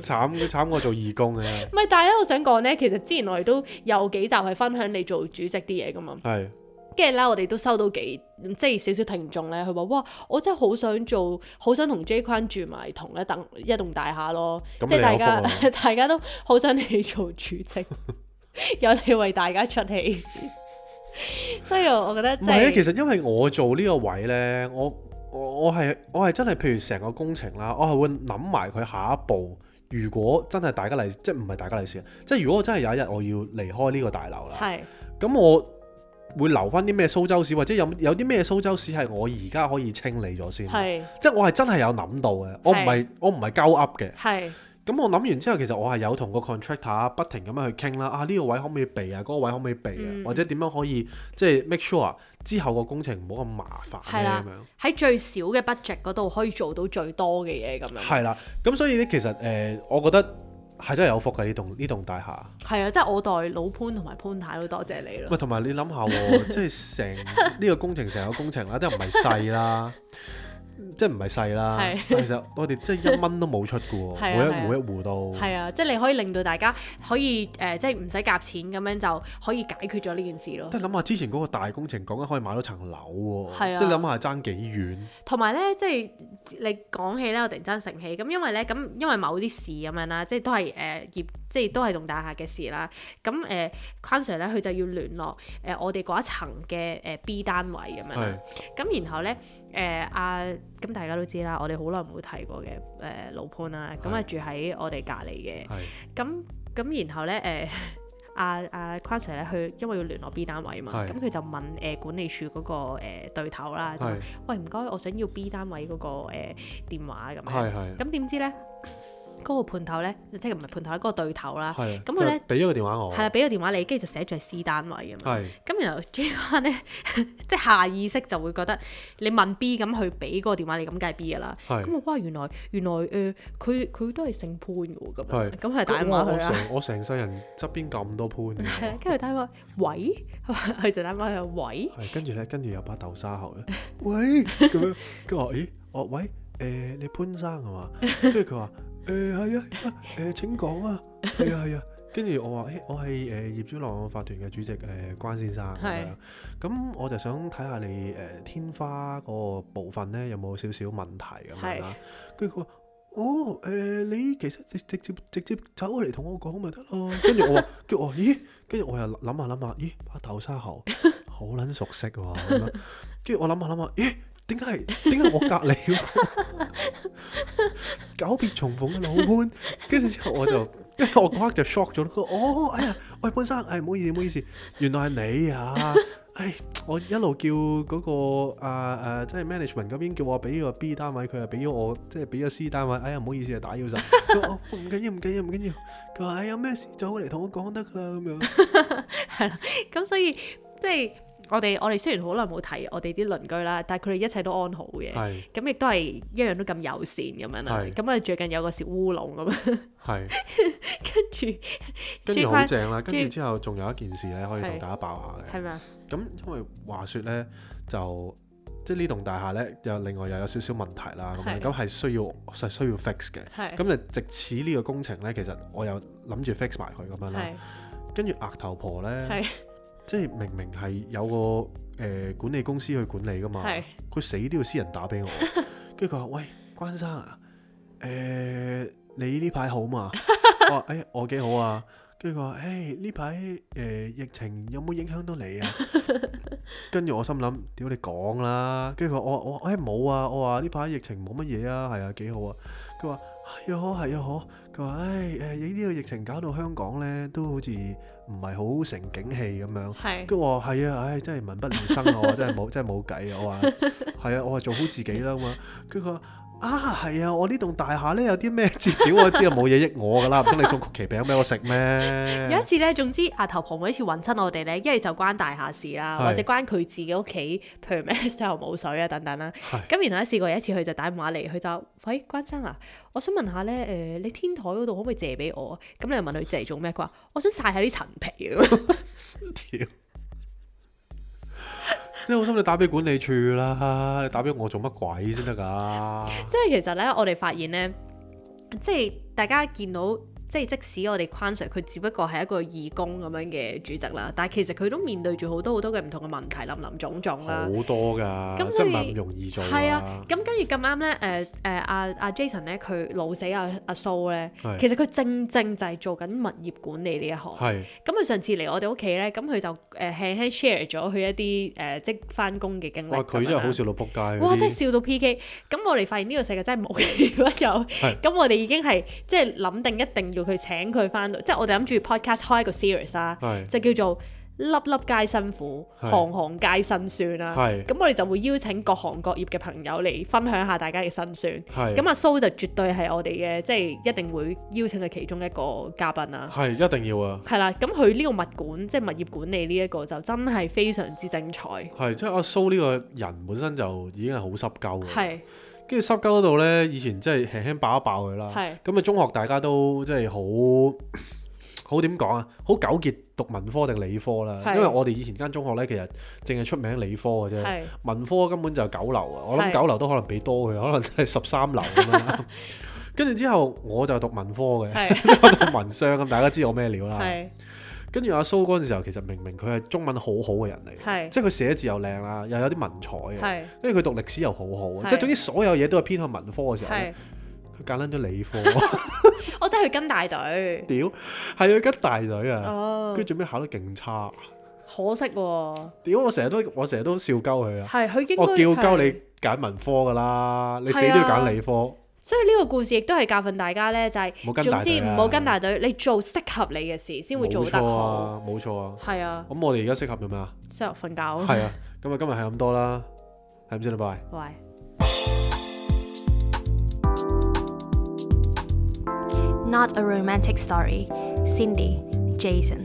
A: 慘慘過做義工啊！
B: 唔係，但係咧，我想講咧，其實之前我哋都有幾集係分享你做主席啲嘢噶嘛，
A: 係
B: 跟住咧我哋都收到幾即係少少聽眾咧，佢話哇，我真係好想做，好想同 J 坤住埋同一棟一棟大廈咯，
A: 咁
B: 即係
A: 你
B: 大
A: 有
B: 家
A: 福啊
B: 大家都好想你做主 席， 有你為大家出氣，所以我覺得
A: 唔
B: 即
A: 係啊？
B: 係
A: 其實因為我做呢個位呢，我我我係我係真係，譬如成個工程啦，我係會諗埋佢下一步。如果真係大家嚟，即係唔係大家嚟先，即係如果我真係有一日我要離開呢個大樓啦，
B: 係
A: 咁我會留翻啲咩蘇州市，或者有有啲咩蘇州市係我而家可以清理咗先，
B: 係
A: 即係我係真係有諗到嘅，我唔係我唔係鳩噏嘅。
B: 係
A: 咁我諗完之後，其實我係有同個 contractor 不停咁樣去傾啦，啊呢個位可唔可以避啊，嗰個位可唔可以避啊，
B: 嗯
A: 或者點樣可以即係 make sure 啊之後個工程唔好咁麻煩
B: 係
A: 咧
B: 啦
A: 咁樣。
B: 喺最少嘅 budget 嗰度可以做到最多嘅嘢咁樣。
A: 係啦，咁所以咧，其實誒、呃我覺得係真係有福嘅呢棟呢棟大廈。
B: 係啊，即係我代老潘同埋潘太都多謝你咯
A: 喂，。同埋你諗下 喎，即係成呢個工程成個工程啦，都唔係細啦， 即係唔係細啦。
B: 係
A: 但其實我哋即係一蚊都冇出嘅喎，
B: 係啊
A: 每
B: 係啊
A: 一戶一戶都。
B: 係啊，即係你可以令到大家可以誒、呃即係唔使夾錢咁樣就可以解決咗呢件事咯。
A: 但係諗下之前嗰個大工程講緊可以買到層樓
B: 係
A: 喎，
B: 啊
A: 即係諗下爭幾遠。
B: 同埋咧，即係你講起咧，我突然間醒起，咁因為咧，咁因為某啲事咁樣啦，即係都係誒、呃、業，即係都係棟大廈嘅事啦。咁誒、呃、關 Sir 咧，佢就要聯絡誒、呃我哋嗰一層嘅誒 B 單位咁樣啦
A: 係。
B: 咁然後咧，誒阿咁大家都知啦，我哋好耐冇提過嘅誒、呃老潘啦，咁啊
A: 係
B: 住喺我哋隔離嘅。
A: 係
B: 咁咁然後咧誒。 阿阿關 Sir 咧，佢因為要聯絡 B 單位嘛，
A: 係
B: 咁佢就問誒、呃管理處嗰、個誒、呃、對頭啦，就話
A: 係
B: 喂唔該，我想要 B 單位嗰、個誒、呃、電話咁樣。
A: 係係
B: 咁點知咧，嗰、個判頭咧，即係唔係判頭咧，嗰、個對頭啦，
A: 係。
B: 咁佢呢
A: 就俾咗個電話我。
B: 係啦，俾個電話你，跟住就寫住係 C 單位咁樣。
A: 哦係
B: 咁然後 J 翻咧， 即係下意識就會覺得你問 B 咁，佢俾嗰個電話你，咁梗係 B 噶啦。
A: 係
B: 咁我哇，原來原來誒，佢、佢都係姓潘嘅喎，咁
A: 係
B: 樣咁係打電
A: 哇
B: 話
A: 我
B: 佢啦。
A: 成我成世人側邊咁多潘嘅
B: 係啦
A: 喎。
B: 跟住打電話，喂， 佢就打電話佢話喂，
A: 係跟住咧，跟住有把豆沙喉咧，喂咁樣，跟住我話咦，我話喂誒、你潘生 係嘛？跟住佢話誒係啊係啊誒、請 講啊，係啊係啊。跟住我話誒、我係誒、業主立案法團嘅主席誒、關先生咁
B: 係
A: 樣，咁我就想睇下你誒、天花嗰個部分咧有冇少少問題咁樣啦。跟住佢話。哦，誒、你其實直直接直接走嚟同我講咪得咯，跟住我話， 跟住我話咦，跟住我又諗下諗下，咦，把豆沙喉好撚熟悉喎，咁樣跟住我諗下諗下，咦，點解係點解我隔離嗰個久別重逢嘅老潘？跟住之後我就。跟住我嗰刻就 shock 咗，佢話哦，哎呀，喂，潘生，哎，唔好意思，唔好意思，原來係你啊，哎，我一路叫嗰、個啊啊即係 management 嗰邊叫我俾個 B 單位，佢又俾咗我，即係俾咗 C 單位，哎呀，唔好意思啊，打 擾晒。佢話哦唔緊要，唔緊要，唔緊要，佢話哎有咩事就好嚟同我講得㗎啦，咁樣。
B: 咁所以即係我哋我哋雖然好耐冇提我哋啲鄰居啦，但係佢哋一切都安好嘅，
A: 係
B: 咁亦都係一樣都咁友善咁樣啦。
A: 係
B: 咁啊最近有個小烏龍咁樣，
A: 係，
B: 跟住
A: 跟
B: 最
A: 住
B: 快
A: 好正啦，跟
B: 最
A: 住之後仲有一件事咧，可以
B: 係
A: 同大家爆下
B: 係
A: 嘅。
B: 咪啊？
A: 咁因為話說咧，就即係呢棟大廈咧，又另外又有少少問題啦，咁樣
B: 係
A: 咁係需要係需要 fix 嘅。
B: 係
A: 咁就藉此呢個工程咧，其實我又諗住 fix 埋佢咁樣啊啦。
B: 係
A: 跟住額頭婆咧，
B: 係
A: 即係明明係有個誒、呃管理公司去管理噶嘛，
B: 係
A: 佢死都要私人打俾我。跟住佢話：喂，關生啊，誒、你呢排好嘛？我話：誒、我幾好啊。跟住佢話：誒呢排誒疫情有冇影響到你啊？跟住我心諗：屌你講啦！跟住佢話：我我誒冇啊！我話呢排疫情冇乜嘢啊，係啊幾好啊！佢話：係啊可係啊可。佢話：唉誒呢個疫情搞到香港咧都好似唔係好成景氣咁樣。
B: 係
A: 跟住我話係啊，唉，真係民不聊生啊！我真係冇 真係冇計啊！我話係啊，我話做好自己啦嘛。跟住佢話啊，係啊，我呢棟大廈咧有啲咩節屌，我知啊冇嘢益我噶啦，唔通你送曲奇餅俾我食
B: 有一
A: 咩？
B: 次咧，總之阿頭婆每一次揾親我哋咧，一係就關大廈事啦，
A: 係
B: 或者關佢自己屋企，譬如咩水喉冇水啊等等啦。
A: 係
B: 咁然後咧試過有一次佢就打電話嚟，佢就喂關生啊，我想問下咧，誒、你天台嗰度可唔可以借俾我啊？咁你又問佢借嚟做咩？佢話啊我想晒下啲陳皮咁。
A: 屌！即係好心你打俾管理處啦，你打俾我做乜鬼先 得㗎？
B: 所以其實咧，我哋發現咧，即係大家見到，即係即使我哋框 Sir 佢只不過係一個義工咁樣嘅主席啦，但係其實佢都面對住好多好多嘅唔同嘅問題，林林種種啦。
A: 好多㗎，
B: 咁
A: 真
B: 所
A: 係
B: 以
A: 唔係咁容易做。
B: 係啊，，咁跟住咁啱咧，誒誒阿阿 Jason 咧，佢老死阿阿蘇咧，
A: 係
B: 其實佢正正就係做緊物業管理呢一行。
A: 係
B: 咁佢上次嚟我哋屋企咧，咁佢就誒輕輕 share 咗佢一啲誒即係翻工嘅經歷。
A: 哇！佢真係好。笑到仆街嗰啲。
B: 哇！真係笑到 P.K. 咁我哋發現呢個世界真係冇嘅，如果有
A: 係
B: 咁，我哋已經係即係諗定一定要佢請佢翻到，即係我哋諗住 podcast 開一個 series 啦，
A: 係
B: 就叫做粒粒皆辛苦，
A: 係
B: 行行皆辛酸啦。
A: 係
B: 咁我哋就會邀請各行各業嘅朋友嚟分享下大家嘅辛酸。
A: 係
B: 咁阿蘇就絕對係我哋嘅，即係一定會邀請嘅其中一個嘉賓啦。
A: 係一定要啊！
B: 係啦，咁佢呢個物管即係物業管理呢一個就真係非常之精彩。
A: 係即係阿蘇呢個人本身就已經係好濕鳩嘅，
B: 係
A: 跟住濕鳩嗰度呢，以前真係輕輕爆一爆佢啦。
B: 係
A: 咁啊，中學大家都即係好好點講啊，好糾結讀文科定理科啦。
B: 係
A: 因為我哋以前間中學呢，其實淨係出名理科嘅啫，
B: 係
A: 文科根本就係九流啊。我
B: 係
A: 諗九流都可能俾多佢，可能真係十三流咁 樣。跟住之後我就讀文科嘅，
B: 係
A: 我 讀文商咁，大家知我咩料啦。
B: 係
A: 跟住阿蘇嗰陣時候，其實明明佢係中文好好嘅人嚟
B: 係
A: 嘅，即係佢寫字又靚啦，又有啲文采嘅，
B: 係
A: 跟住佢讀歷史又好好，
B: 係
A: 即係總之所有嘢都係偏向文科嘅時候呢，
B: 係，
A: 佢揀撚咗理 科，
B: 我真係去跟大隊。
A: 屌係佢跟大隊啊，
B: 哦
A: 跟，住最尾考得勁差，
B: 可惜喎，
A: 屌我成日都我成日都笑鳩佢啊，
B: 係佢應該
A: 我叫鳩
B: 係
A: 你揀文科㗎啦，你死都
B: 係
A: 要
B: 啊
A: 揀理科，
B: 所以呢個故事亦都係教訓大家咧，就係、
A: 冇跟
B: 總
A: 大隊
B: 之
A: 啊
B: 唔好跟大隊，你做適合你嘅事先會做得好。
A: 冇錯啊，冇錯啊，
B: 係啊，
A: 咁我哋而家適合做咩啊？
B: 適合瞓覺。
A: 係啊，咁啊今日係咁多啦，係咁先啦，拜拜。
B: 喂，
C: Not a romantic story. Cindy, Jason.